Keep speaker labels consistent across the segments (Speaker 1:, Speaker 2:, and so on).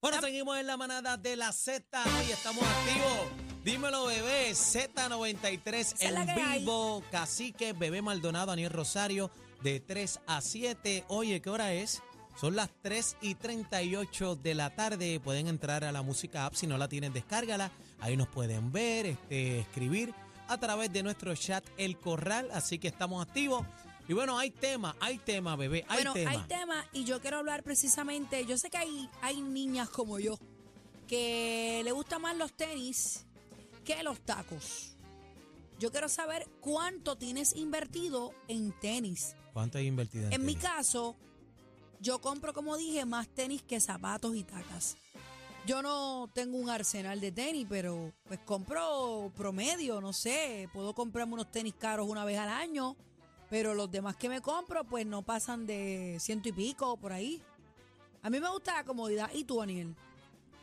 Speaker 1: Bueno, seguimos en la manada de la Z y estamos activos. Dímelo, bebé. Z93
Speaker 2: Esa es la
Speaker 1: en
Speaker 2: que hay.
Speaker 1: vivo. Cacique, bebé Maldonado, Daniel Rosario, de 3 a 7. Oye, ¿qué hora es? Son las 3 y 38 de la tarde. Pueden entrar a la música app. Si no la tienen, descárgala. Ahí nos pueden ver, este, escribir a través de nuestro chat El Corral. Así que estamos activos. Y bueno, hay tema, hay tema, bebé. Hay
Speaker 2: bueno,
Speaker 1: tema.
Speaker 2: hay tema y yo quiero hablar precisamente, yo sé que hay, hay niñas como yo que le gustan más los tenis que los tacos. Yo quiero saber cuánto tienes invertido en tenis.
Speaker 1: ¿Cuánto hay invertido en,
Speaker 2: En mi
Speaker 1: tenis?
Speaker 2: caso, yo compro, como dije, más tenis que zapatos y tacas. Yo no tengo un arsenal de tenis, pero pues compro promedio, no sé. Puedo comprarme unos tenis caros una vez al año, pero los demás que me compro, pues no pasan de ciento y pico por ahí. A mí me gusta la comodidad. ¿Y tú, Daniel?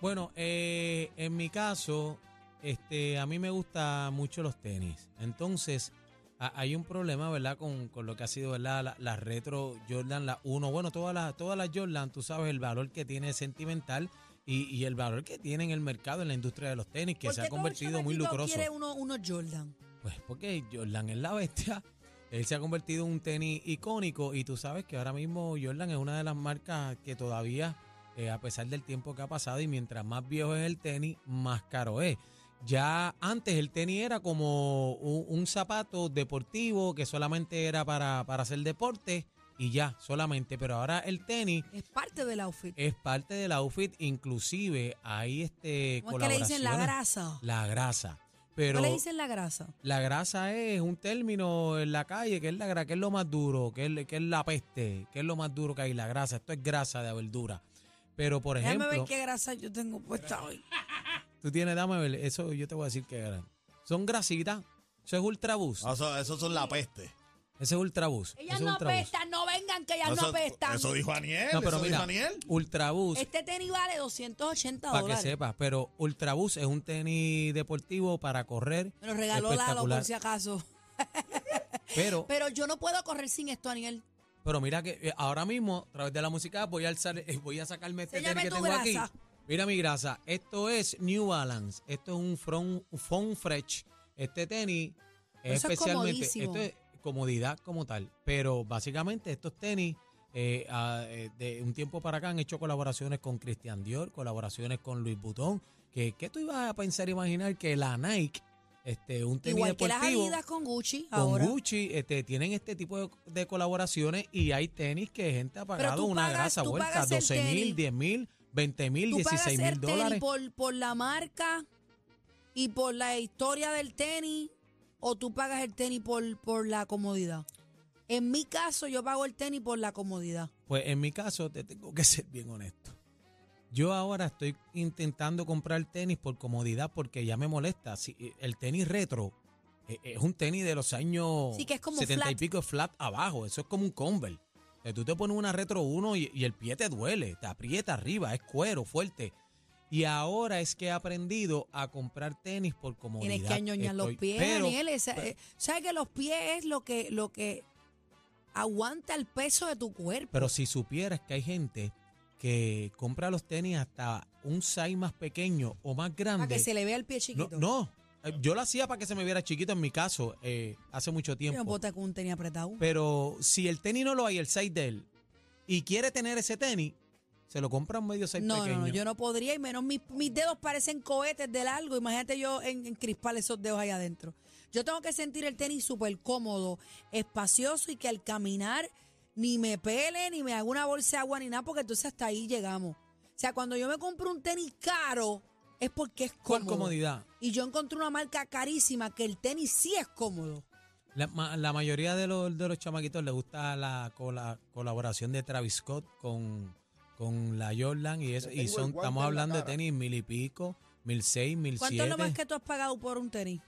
Speaker 1: Bueno, eh, en mi caso, este, a mí me gustan mucho los tenis. Entonces, a- hay un problema, ¿verdad? Con, con lo que ha sido, ¿verdad? La- Las retro Jordan, la 1, bueno, todas las, todas las Jordan, tú sabes el valor que tiene sentimental y, y el valor que tiene en el mercado, en la industria de los tenis, que
Speaker 2: ¿Por
Speaker 1: se
Speaker 2: qué
Speaker 1: ha
Speaker 2: todo
Speaker 1: convertido muy
Speaker 2: chamaquito
Speaker 1: lucroso.
Speaker 2: quiere uno, unos Jordan?
Speaker 1: Pues porque Jordan es la bestia. Él se ha convertido en un tenis icónico y tú sabes que ahora mismo Jordan es una de las marcas que todavía, eh, a pesar del tiempo que ha pasado y mientras más viejo es el tenis, más caro es. Ya antes el tenis era como un, un zapato deportivo que solamente era para, para hacer deporte y ya, solamente. Pero ahora el tenis
Speaker 2: Es parte del outfit.
Speaker 1: es parte del outfit, inclusive hay este,
Speaker 2: ¿Cómo es que le dicen la
Speaker 1: colaboraciones-
Speaker 2: grasa?
Speaker 1: La grasa. Pero,
Speaker 2: ¿Cómo le dicen la grasa?
Speaker 1: la grasa es un término en la calle que es la gra- que es lo más duro, que es, que es la peste, que es lo más duro que hay, la grasa. Esto es grasa de verdura. Pero, por
Speaker 2: Déjame
Speaker 1: ejemplo,
Speaker 2: ver qué grasa yo tengo puesta hoy.
Speaker 1: tú tienes, dame ver, eso yo te voy a decir que era. Son grasitas, eso es Ultra Boost,
Speaker 3: Ah.
Speaker 4: No, eso, eso son la peste.
Speaker 1: ese es Ultra Boost,
Speaker 2: Ellas
Speaker 1: ese
Speaker 2: no
Speaker 1: es Ultra Boost.
Speaker 2: apestan, no vengan que ellas
Speaker 4: eso,
Speaker 2: no apestan.
Speaker 4: eso dijo Aniel.
Speaker 1: No, pero
Speaker 4: eso dijo
Speaker 1: mira,
Speaker 4: Aniel.
Speaker 1: Ultra Boost,
Speaker 2: Este tenis vale 280
Speaker 1: para que
Speaker 2: dólares.
Speaker 1: sepas, pero Ultra Boost es un tenis deportivo para correr,
Speaker 2: Me lo regaló Lalo
Speaker 1: Espectacular.
Speaker 2: por si acaso.
Speaker 1: pero
Speaker 2: Pero yo no puedo correr sin esto, Daniel.
Speaker 1: Pero mira que eh, ahora mismo, a través de la música, voy a alzar, eh, voy a sacarme este
Speaker 2: Enséñame
Speaker 1: tenis que
Speaker 2: tu
Speaker 1: tengo aquí.
Speaker 2: grasa.
Speaker 1: Mira mi grasa. Esto es New Balance. Esto es un From, From Fresh. Este tenis es
Speaker 2: Eso es
Speaker 1: especialmente.
Speaker 2: comodísimo.
Speaker 1: esto es comodidad como tal. Pero básicamente estos tenis. eh, ah, eh, de un tiempo para acá han hecho colaboraciones con Christian Dior, colaboraciones con Louis Vuitton. Que, ¿Qué tú ibas a pensar, imaginar que la Nike, este, un tenis
Speaker 2: Igual que las
Speaker 1: deportivo,
Speaker 2: Adidas con Gucci
Speaker 1: con
Speaker 2: ahora.
Speaker 1: Gucci este, tienen este tipo de, de colaboraciones y hay tenis que gente ha pagado
Speaker 2: tú
Speaker 1: una
Speaker 2: pagas-
Speaker 1: grasa
Speaker 2: tú
Speaker 1: vuelta,
Speaker 2: pagas el
Speaker 1: 12 mil,
Speaker 2: tenis.
Speaker 1: 10 mil, 20 mil,
Speaker 2: Tú
Speaker 1: 16
Speaker 2: pagas
Speaker 1: mil
Speaker 2: el tenis
Speaker 1: dólares.
Speaker 2: por, por la marca y por la historia del tenis o tú pagas el tenis por, por la comodidad. En mi caso, yo pago el tenis por la comodidad.
Speaker 1: Pues en mi caso, te tengo que ser bien honesto. Yo ahora estoy intentando comprar tenis por comodidad porque ya me molesta. Si, eh, el tenis retro eh, es un tenis de los años
Speaker 2: Sí, que es como
Speaker 1: 70 y
Speaker 2: flat.
Speaker 1: pico flat abajo. Eso es como un Converse. Eh, tú te pones una retro 1 y, y el pie te duele, te aprieta arriba, es cuero fuerte. Y ahora es que he aprendido a comprar tenis por comodidad.
Speaker 2: Tienes que añoñar los
Speaker 1: Estoy-
Speaker 2: pies,
Speaker 1: pero-
Speaker 2: Daniel. Esa- eh, ¿Sabes que los pies es lo que, lo que aguanta el peso de tu cuerpo?
Speaker 1: Pero si supieras que hay gente que compra los tenis hasta un size más pequeño o más grande.
Speaker 2: Para Ah, que se le vea el pie
Speaker 1: no,
Speaker 2: chiquito.
Speaker 1: no, eh, yo lo hacía para que se me viera chiquito en mi caso eh, hace mucho
Speaker 2: Yo no
Speaker 1: tiempo.
Speaker 2: puedo estar con un tenis apretado.
Speaker 1: Pero si el tenis no lo hay, el size de él, y quiere tener ese tenis, se lo compra un medio size
Speaker 2: No,
Speaker 1: pequeño.
Speaker 2: no, no, yo no podría y menos mis, mis dedos parecen cohetes de largo. Imagínate yo en, en crispar esos dedos ahí adentro. Yo tengo que sentir el tenis súper cómodo, espacioso y que al caminar ni me pele, ni me haga una bolsa de agua, ni nada, porque entonces hasta ahí llegamos. O sea, cuando yo me compro un tenis caro es porque es
Speaker 1: ¿Cuál
Speaker 2: cómodo.
Speaker 1: comodidad?
Speaker 2: Y yo encontré una marca carísima que el tenis sí es cómodo.
Speaker 1: La, ma- la mayoría de los, de los chamaquitos les gusta la, cola- colaboración de Travis Scott con, con la Jordan y eso.
Speaker 4: Le
Speaker 1: Y
Speaker 4: tengo el
Speaker 1: son,
Speaker 4: guante
Speaker 1: estamos
Speaker 4: en la
Speaker 1: hablando de
Speaker 4: cara.
Speaker 1: tenis mil y pico, mil seis, mil
Speaker 2: ¿Cuánto es
Speaker 1: siete.
Speaker 2: lo más que tú has pagado por un tenis?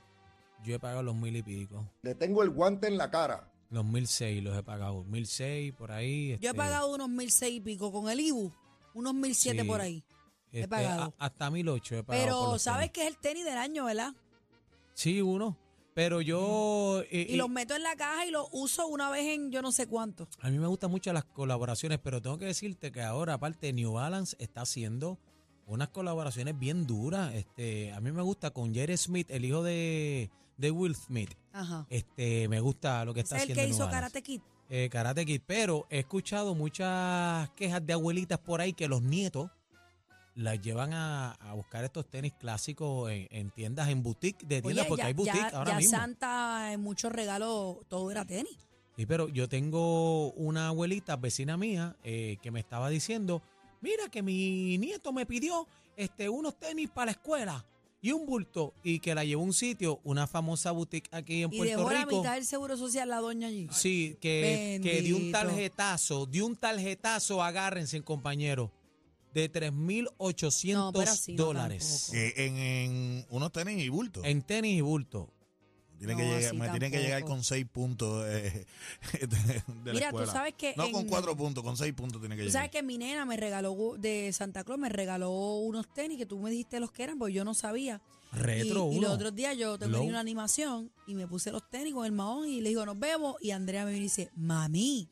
Speaker 1: Yo he pagado los mil y pico.
Speaker 4: Le tengo el guante en la cara.
Speaker 1: Los mil seis los he pagado. Mil seis por ahí.
Speaker 2: Yo he
Speaker 1: este,
Speaker 2: pagado unos mil seis y pico con el IBU, unos mil siete
Speaker 1: Sí.
Speaker 2: por ahí.
Speaker 1: este,
Speaker 2: pagado.
Speaker 1: a- hasta mil ocho he pagado. por
Speaker 2: Pero
Speaker 1: los tenis.
Speaker 2: sabes que es el tenis del año, ¿verdad?
Speaker 1: Sí, uno. Pero yo. eh,
Speaker 2: Y,
Speaker 1: eh,
Speaker 2: los meto en la caja y los uso una vez en yo no sé cuánto.
Speaker 1: A mí me gustan mucho las colaboraciones, pero tengo que decirte que ahora, aparte, New Balance está haciendo unas colaboraciones bien duras. Este, a mí me gusta con Jerry Smith, el hijo de, de Will Smith.
Speaker 2: Ajá.
Speaker 1: Este, me gusta lo que
Speaker 2: Ese
Speaker 1: está
Speaker 2: es el
Speaker 1: haciendo
Speaker 2: que
Speaker 1: New
Speaker 2: hizo
Speaker 1: Balance.
Speaker 2: Karate Kid.
Speaker 1: Eh, Karate Kid, pero he escuchado muchas quejas de abuelitas por ahí que los nietos las llevan a, a buscar estos tenis clásicos en, en tiendas, en boutique de tiendas,
Speaker 2: Oye,
Speaker 1: porque
Speaker 2: ya,
Speaker 1: hay boutique
Speaker 2: ya-
Speaker 1: ahora
Speaker 2: ya
Speaker 1: mismo.
Speaker 2: Santa en muchos regalos todo era tenis.
Speaker 1: Sí, pero yo tengo una abuelita, vecina mía, eh, que me estaba diciendo, mira que mi nieto me pidió este, unos tenis para la escuela y un bulto y que la llevó a un sitio, una famosa boutique aquí en
Speaker 2: Y
Speaker 1: Puerto
Speaker 2: dejó la
Speaker 1: Rico.
Speaker 2: mitad del seguro social la doña allí.
Speaker 1: Sí, que, que dio un
Speaker 2: Bendito.
Speaker 1: tarjetazo, dio un tarjetazo, agárrense compañero, de 3.800
Speaker 2: No, pero así no
Speaker 1: dólares
Speaker 2: tampoco.
Speaker 3: Eh, en, en unos tenis y bulto.
Speaker 1: en tenis y bulto.
Speaker 3: Tienen
Speaker 2: No,
Speaker 3: que llegar,
Speaker 2: así
Speaker 3: me tienen que llegar
Speaker 2: tampoco.
Speaker 3: con seis puntos eh, de, de la
Speaker 2: Mira, tú
Speaker 3: escuela.
Speaker 2: sabes que
Speaker 3: No
Speaker 2: en-
Speaker 3: con cuatro puntos, con seis puntos tiene que
Speaker 2: Tú
Speaker 3: llegar.
Speaker 2: sabes que mi nena me regaló gu- de Santa Claus, me regaló unos tenis que tú me dijiste los que eran, porque yo no sabía.
Speaker 1: Retro
Speaker 2: y, y
Speaker 1: uno.
Speaker 2: los otros días yo tenía
Speaker 1: Low.
Speaker 2: una animación y me puse los tenis con el mahón y le digo, nos vemos. Y Andrea me viene y dice, mami,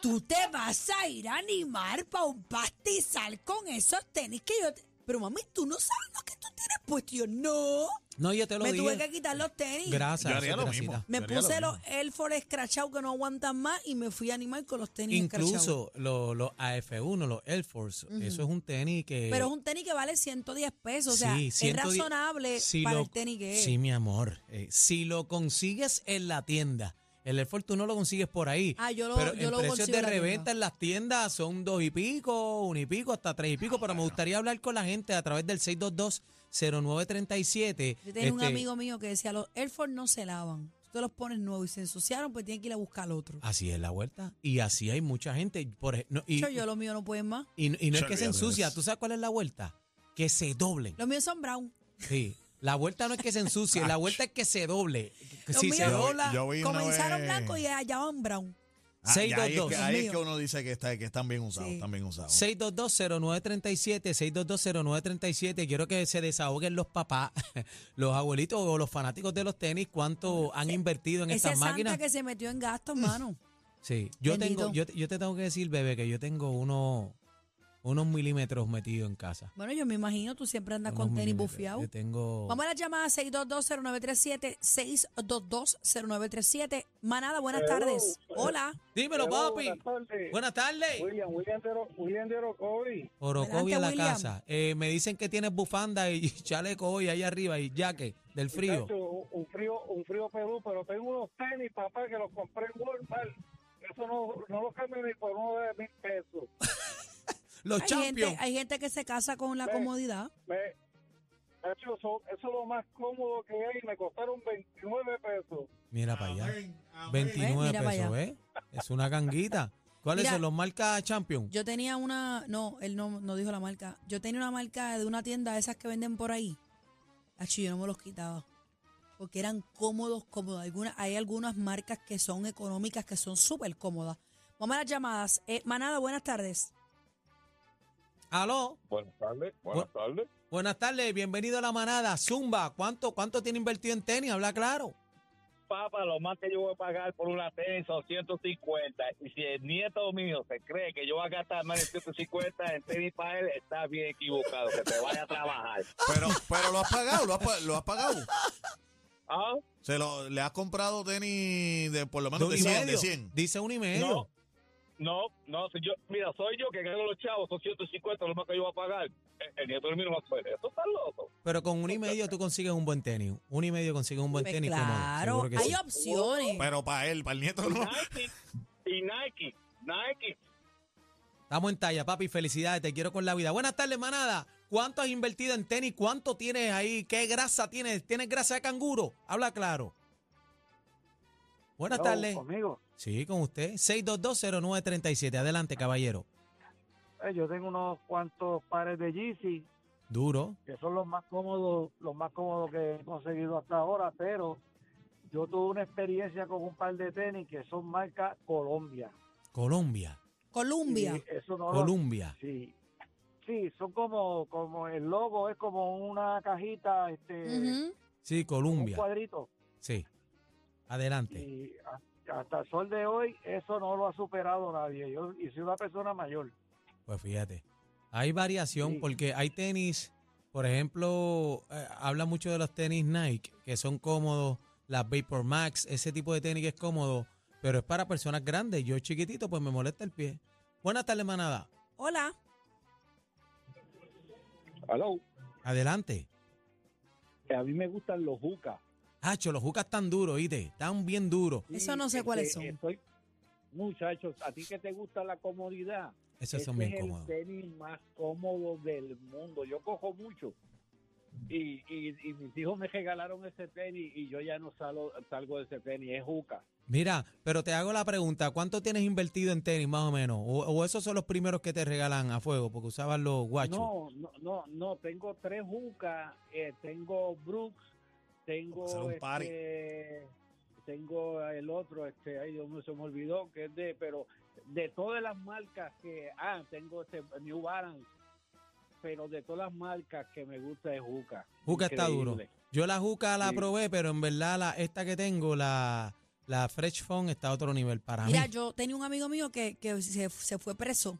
Speaker 2: tú te vas a ir a animar para un pastizal con esos tenis que yo... te-". Pero mami, tú no sabes lo que tú tienes puesto. Y yo, no,
Speaker 1: No, yo te lo
Speaker 2: me
Speaker 1: dije.
Speaker 2: tuve que quitar los tenis.
Speaker 1: Gracias.
Speaker 3: Yo haría lo
Speaker 1: Teresita.
Speaker 3: mismo.
Speaker 2: me
Speaker 3: Yo haría lo
Speaker 2: puse los
Speaker 3: mismo.
Speaker 2: Air Force escrachados que no aguantan más y me fui a animar con los tenis escrachados.
Speaker 1: Incluso lo- los AF1, los Air Force, eso es un tenis que...
Speaker 2: Pero es un tenis que vale 110 pesos, o sea,
Speaker 1: eh, Sí,
Speaker 2: es
Speaker 1: 110
Speaker 2: razonable
Speaker 1: si
Speaker 2: para
Speaker 1: lo-
Speaker 2: el tenis que es.
Speaker 1: Sí, mi amor. eh, si lo consigues en la tienda, el Air Force tú no lo consigues por ahí.
Speaker 2: Ah, yo lo-
Speaker 1: pero
Speaker 2: yo
Speaker 1: en
Speaker 2: lo
Speaker 1: precios
Speaker 2: consigo
Speaker 1: de
Speaker 2: en la tienda.
Speaker 1: reventa en las tiendas son dos y pico, un y pico, hasta tres y pico. pero me gustaría hablar con la gente a través del 622-0937.
Speaker 2: Yo tenía un
Speaker 1: Este,
Speaker 2: amigo mío que decía, los Air Force no se lavan. Tú te los pones nuevos y se ensuciaron, pues tienen que ir a buscar otro.
Speaker 1: Así es la vuelta. Y así hay mucha gente. Por, ej- no, Ah, y,
Speaker 2: Yo, yo los míos no pueden más.
Speaker 1: y- y no es que
Speaker 3: Yo
Speaker 1: se
Speaker 3: olvídate de
Speaker 1: ensucia.
Speaker 3: eso.
Speaker 1: ¿Tú sabes cuál es la vuelta? Que se doblen.
Speaker 2: Los míos son brown.
Speaker 1: Sí. La vuelta no es que se ensucie, la vuelta es que se doble. Que
Speaker 2: Los
Speaker 1: Si
Speaker 2: míos
Speaker 1: se dobla.
Speaker 3: yo vi una
Speaker 2: comenzaron
Speaker 3: vez-
Speaker 2: blancos y allá van brown.
Speaker 3: Ah, y ahí es
Speaker 1: 622.
Speaker 3: que, ahí es
Speaker 2: Dios
Speaker 3: que
Speaker 2: mío.
Speaker 3: uno dice que, está, que están bien usados,
Speaker 2: Sí.
Speaker 3: están bien usados.
Speaker 1: 6220937, 6220937. Quiero que se desahoguen los papás, los abuelitos o los fanáticos de los tenis, cuánto han invertido en
Speaker 2: e Ese
Speaker 1: estas
Speaker 2: Santa
Speaker 1: máquinas.
Speaker 2: que se metió en gastos, mano.
Speaker 1: Sí, yo
Speaker 2: Bendito.
Speaker 1: tengo yo, te- yo te tengo que decir, bebé, que yo tengo uno, unos milímetros metidos en casa.
Speaker 2: Bueno, yo me imagino, tú siempre andas con
Speaker 1: Unos
Speaker 2: tenis
Speaker 1: milímetros.
Speaker 2: bufiado.
Speaker 1: Yo tengo
Speaker 2: Vamos a la llamada 622-0937, 622-0937. Manada, buenas tardes. Hola.
Speaker 1: Dímelo,
Speaker 5: Hello,
Speaker 1: papi.
Speaker 5: Buenas tardes.
Speaker 1: Buenas tardes.
Speaker 5: William, William de, Ro- William de Orocovi.
Speaker 1: Orocovi en la
Speaker 2: Adelante, William.
Speaker 1: casa. Eh, me dicen que tienes bufanda y chaleco hoy ahí arriba y jaque del frío.
Speaker 5: Muchacho, Un, un frío, un frío Perú, pero tengo unos tenis, papá, que los compré en Walmart. Eso no, no los cambio ni por uno de mil pesos.
Speaker 1: Los
Speaker 2: Hay gente,
Speaker 1: champions.
Speaker 2: hay gente que se casa con la
Speaker 5: Ve.
Speaker 2: comodidad.
Speaker 5: Me, muchacho, eso, eso es lo más cómodo que hay. Me costaron 29 pesos.
Speaker 1: Mira para allá. 29
Speaker 2: Eh, mira pa'
Speaker 1: pesos,
Speaker 2: allá.
Speaker 1: ¿eh? Es una ganguita. ¿Cuáles
Speaker 2: Mira.
Speaker 1: son los marca champion?
Speaker 2: Yo tenía una, no, él no, no dijo la marca. Yo tenía una marca de una tienda de esas que venden por ahí. Achi, yo no me los quitaba. Porque eran cómodos, cómodos. Algunas, hay algunas marcas que son económicas, que son súper cómodas. Vamos a las llamadas. Eh, Manada, buenas tardes.
Speaker 1: Aló,
Speaker 6: Buenas tardes, buenas tardes.
Speaker 1: buenas tardes, bienvenido a la manada. Zumba, ¿cuánto, cuánto tiene invertido en tenis? Habla claro.
Speaker 7: Papá, lo más que yo voy a pagar por una tenis son 150. Y si el nieto mío se cree que yo voy a gastar más de 150 en tenis para él, está bien equivocado. Que te vaya a trabajar.
Speaker 3: Pero, pero lo has pagado, lo has, pa- lo has pagado.
Speaker 7: ¿Ah?
Speaker 3: Se lo, le has comprado tenis de por lo menos
Speaker 1: Dos
Speaker 3: de
Speaker 1: y
Speaker 3: 100, de
Speaker 1: medio.
Speaker 3: 100.
Speaker 1: Dice un y medio.
Speaker 7: No, no, no. Si yo, mira, soy yo que gano los chavos, son 150 lo más que yo voy a pagar. Eh, El, el nieto mío no va a poder. Eso está loco.
Speaker 1: Pero con un y medio tú consigues un buen tenis. Un y medio consigues un buen
Speaker 2: Pues
Speaker 1: tenis. cómo no,
Speaker 2: claro,
Speaker 1: seguro que
Speaker 2: hay
Speaker 1: sí.
Speaker 2: opciones.
Speaker 3: Pero para él, para el nieto no.
Speaker 7: Nike, y Nike, Nike.
Speaker 1: Estamos en talla, papi. Felicidades, te quiero con la vida. Buenas tardes, manada. ¿Cuánto has invertido en tenis? ¿Cuánto tienes ahí? ¿Qué grasa tienes? ¿Tienes grasa de canguro? Habla claro. Buenas
Speaker 5: Hello,
Speaker 1: tardes.
Speaker 5: Conmigo.
Speaker 1: Sí, con usted. 6220937. Adelante, caballero.
Speaker 5: Eh, yo tengo unos cuantos pares de Yeezy
Speaker 1: Duro.
Speaker 5: que son los más cómodos, los más cómodos que he conseguido hasta ahora, pero yo tuve una experiencia con un par de tenis que son marca Colombia.
Speaker 1: Colombia.
Speaker 2: Colombia.
Speaker 5: Y eso no lo-
Speaker 1: Colombia.
Speaker 5: sí. Sí, son como, como el logo es como una cajita, este,
Speaker 2: Ujú.
Speaker 1: Sí,
Speaker 5: un
Speaker 1: Colombia.
Speaker 5: cuadrito.
Speaker 1: Sí. Adelante.
Speaker 5: Y a- hasta el sol de hoy eso no lo ha superado nadie. Yo y soy una persona mayor.
Speaker 1: Pues fíjate. Hay variación
Speaker 5: Sí.
Speaker 1: porque hay tenis, por ejemplo, eh, habla mucho de los tenis Nike, que son cómodos, las Vapor Max, ese tipo de tenis que es cómodo, pero es para personas grandes. Yo chiquitito, pues me molesta el pie. Buenas tardes, manada.
Speaker 2: Hola.
Speaker 7: Aló,
Speaker 1: Adelante.
Speaker 7: a mí me gustan los jucas.
Speaker 1: Hacho, los jucas tan duros, oíste, están bien duros.
Speaker 2: Eso no sé
Speaker 7: este,
Speaker 2: cuáles son.
Speaker 7: estoy- muchachos, a ti que te gusta la comodidad,
Speaker 1: Esos son
Speaker 7: Ese
Speaker 1: bien
Speaker 7: es
Speaker 1: cómodos.
Speaker 7: el tenis más cómodo del mundo. Yo cojo mucho. Y, y, y mis hijos me regalaron ese tenis y yo ya no salgo, salgo de ese tenis. Es juca.
Speaker 1: Mira, pero te hago la pregunta, ¿cuánto tienes invertido en tenis más o menos? ¿O, o esos son los primeros que te regalan a fuego porque usabas los guachos?
Speaker 7: No, no, no, no. Tengo tres jucas. eh, tengo Brooks.
Speaker 3: Hacer
Speaker 7: Tengo
Speaker 3: un party.
Speaker 7: este, tengo el otro. Este, ay, Dios mío, se me olvidó que es de, pero de todas las marcas que, ah, tengo este New Balance. Pero de todas las marcas que me gusta es juca.
Speaker 1: Juca está
Speaker 7: Increíble.
Speaker 1: duro. Yo la juca la
Speaker 7: Sí.
Speaker 1: probé, pero en verdad la, esta que tengo, la, la Fresh Phone, está a otro nivel para
Speaker 2: Mira,
Speaker 1: mí.
Speaker 2: yo tenía un amigo mío que, que se, se fue preso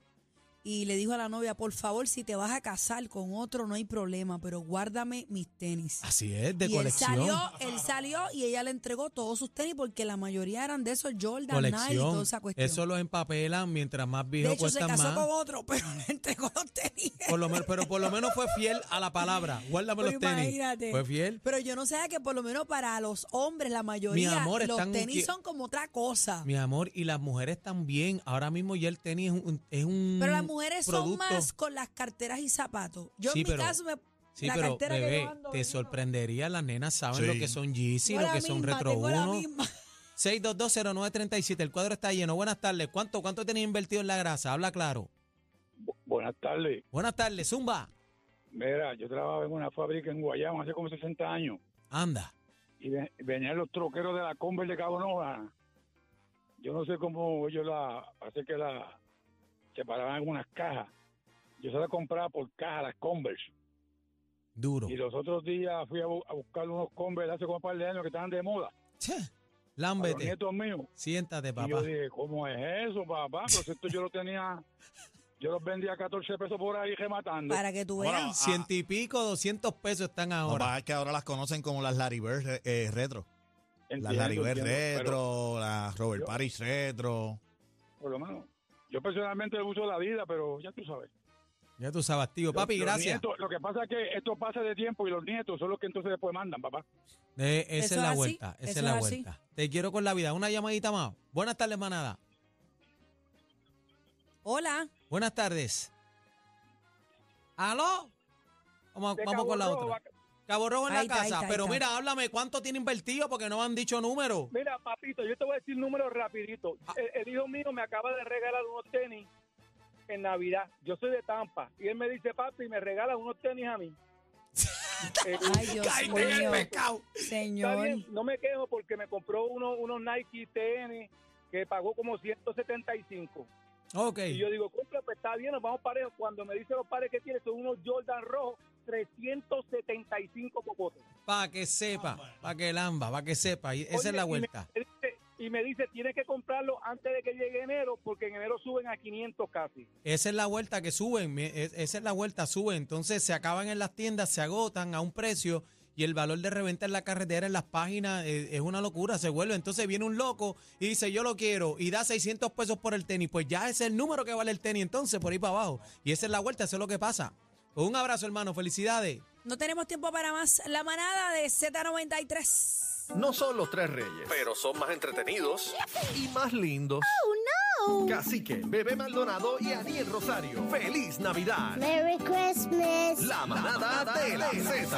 Speaker 2: y le dijo a la novia, por favor, si te vas a casar con otro, no hay problema, pero guárdame mis tenis.
Speaker 1: Así es, de
Speaker 2: y
Speaker 1: colección.
Speaker 2: Él salió, él salió y ella le entregó todos sus tenis porque la mayoría eran de esos Jordan, Nike y toda
Speaker 1: colección.
Speaker 2: esa cuestión.
Speaker 1: Eso los empapelan mientras más
Speaker 2: de
Speaker 1: viejo
Speaker 2: hecho, se
Speaker 1: cuestan
Speaker 2: casó
Speaker 1: más.
Speaker 2: con otro, pero le entregó los tenis.
Speaker 1: Por lo menos, pero por lo menos fue fiel a la palabra. Guárdame
Speaker 2: Pues
Speaker 1: los tenis.
Speaker 2: imagínate.
Speaker 1: Fue fiel.
Speaker 2: Pero yo no sé que por lo menos para los hombres, la mayoría,
Speaker 1: Mi amor,
Speaker 2: los
Speaker 1: están
Speaker 2: tenis
Speaker 1: que-
Speaker 2: son como otra cosa.
Speaker 1: Mi amor, y las mujeres también. Ahora mismo ya el tenis es un. es un
Speaker 2: Pero las mujeres son
Speaker 1: producto.
Speaker 2: más con las carteras y zapatos. Yo
Speaker 1: Sí,
Speaker 2: en mi
Speaker 1: pero-
Speaker 2: caso me...
Speaker 1: Sí,
Speaker 2: la
Speaker 1: pero
Speaker 2: cartera que yo
Speaker 1: bebé,
Speaker 2: ando,
Speaker 1: te
Speaker 2: bendito.
Speaker 1: sorprendería. Las nenas saben
Speaker 3: Sí.
Speaker 1: lo que son Yeezy,
Speaker 2: Tengo
Speaker 1: lo
Speaker 2: la
Speaker 1: que son
Speaker 2: misma,
Speaker 1: Retro
Speaker 2: tengo la
Speaker 1: 1.
Speaker 2: misma.
Speaker 1: 6220937, el cuadro está lleno. Buenas tardes. ¿Cuánto, cuánto tenés invertido en la grasa? Habla claro.
Speaker 6: Bu- Buenas tardes.
Speaker 1: Buenas tardes, Zumba.
Speaker 6: Mira, yo trabajaba en una fábrica en Guayama hace como 60 años
Speaker 1: Anda.
Speaker 6: y ve- venían los troqueros de la Converse de Cabo Nova. Yo no sé cómo ellos la hace que la separaban en unas cajas. Yo se la compraba por caja las Converse.
Speaker 1: Duro.
Speaker 6: Y los otros días fui a, bu- a buscar unos Converse hace como un par de años que estaban de moda.
Speaker 1: Che,
Speaker 6: Para los
Speaker 1: lámbete.
Speaker 6: nietos míos.
Speaker 1: Siéntate,
Speaker 6: Y
Speaker 1: papá.
Speaker 6: yo dije, ¿cómo es eso, papá? Pero esto yo lo tenía, yo los vendía a 14 pesos por ahí rematando.
Speaker 2: Para que tú
Speaker 3: Bueno,
Speaker 6: ah.
Speaker 2: veas.
Speaker 1: Ciento y pico, doscientos pesos están
Speaker 3: Lo que
Speaker 1: ahora.
Speaker 3: pasa es que ahora las conocen como las Larry Bird, eh, eh, retro. Las
Speaker 6: Entiendo,
Speaker 3: Larry Bird
Speaker 6: entiendo, pero-
Speaker 3: retro, las Robert
Speaker 6: Yo-
Speaker 3: Paris retro.
Speaker 6: por lo menos. Yo personalmente uso la vida, pero ya tú sabes.
Speaker 1: Ya tú sabes, tío. Papi,
Speaker 6: Los- los
Speaker 1: gracias.
Speaker 6: nietos- lo que pasa es que esto pasa de tiempo y los nietos son los que entonces después mandan, papá.
Speaker 1: Eh, esa
Speaker 2: Eso
Speaker 1: es
Speaker 2: es
Speaker 1: la
Speaker 2: así,
Speaker 1: vuelta. Esa
Speaker 2: eso
Speaker 1: es la
Speaker 2: es así.
Speaker 1: vuelta. Te quiero con la vida. Una llamadita más. Buenas tardes, manada.
Speaker 2: Hola.
Speaker 1: Buenas tardes. ¿Aló? Vamos,
Speaker 6: De
Speaker 1: vamos
Speaker 6: Cabo
Speaker 1: con la
Speaker 6: Rojo,
Speaker 1: otra. Cabo Rojo en
Speaker 2: Ahí
Speaker 1: la
Speaker 2: está, ahí
Speaker 1: casa.
Speaker 2: está, ahí
Speaker 1: Pero
Speaker 2: está.
Speaker 1: mira, háblame, ¿cuánto tiene invertido? Porque no me han dicho número.
Speaker 5: Mira, papito, yo te voy a decir números rapidito.
Speaker 1: Ah.
Speaker 5: El, el hijo mío me acaba de regalar unos tenis en Navidad. Yo soy de Tampa. Y él me dice, papi, me regala unos tenis a mí. Eh,
Speaker 2: Ay, Dios mío.
Speaker 5: está
Speaker 2: Señor.
Speaker 5: bien, no me quejo porque me compró uno, unos Nike tenis que pagó como 175.
Speaker 1: Ok.
Speaker 5: Y yo digo, compra, pues está bien, nos vamos parejos. Cuando me dice los pares que tiene, son unos Jordan rojos, 375 popotes.
Speaker 1: Para que sepa, para que lamba, para que sepa. Y esa
Speaker 5: Ah, Oye,
Speaker 1: es la
Speaker 5: y me-
Speaker 1: vuelta.
Speaker 5: Me dice- Y me dice, tienes que comprarlo antes de que llegue enero, porque en enero suben a 500 casi.
Speaker 1: Esa es la vuelta que suben. me- es- Esa es la vuelta, suben. Entonces se acaban en las tiendas, se agotan a un precio y el valor de reventa en la carretera, en las páginas, eh, es una locura, se vuelve. Entonces viene un loco y dice, yo lo quiero y da 600 pesos por el tenis. Pues ya ese es el número que vale el tenis entonces, por ahí para abajo. Y esa es la vuelta, eso es lo que pasa. Pues un abrazo, hermano. Felicidades.
Speaker 2: No tenemos tiempo para más. La manada de Z93.
Speaker 8: No son los tres reyes, pero son más entretenidos y más lindos. ¡Oh, no! Cacique, Bebé Maldonado y Aniel Rosario. ¡Feliz Navidad!
Speaker 9: Merry Christmas.
Speaker 8: La manada de la Z.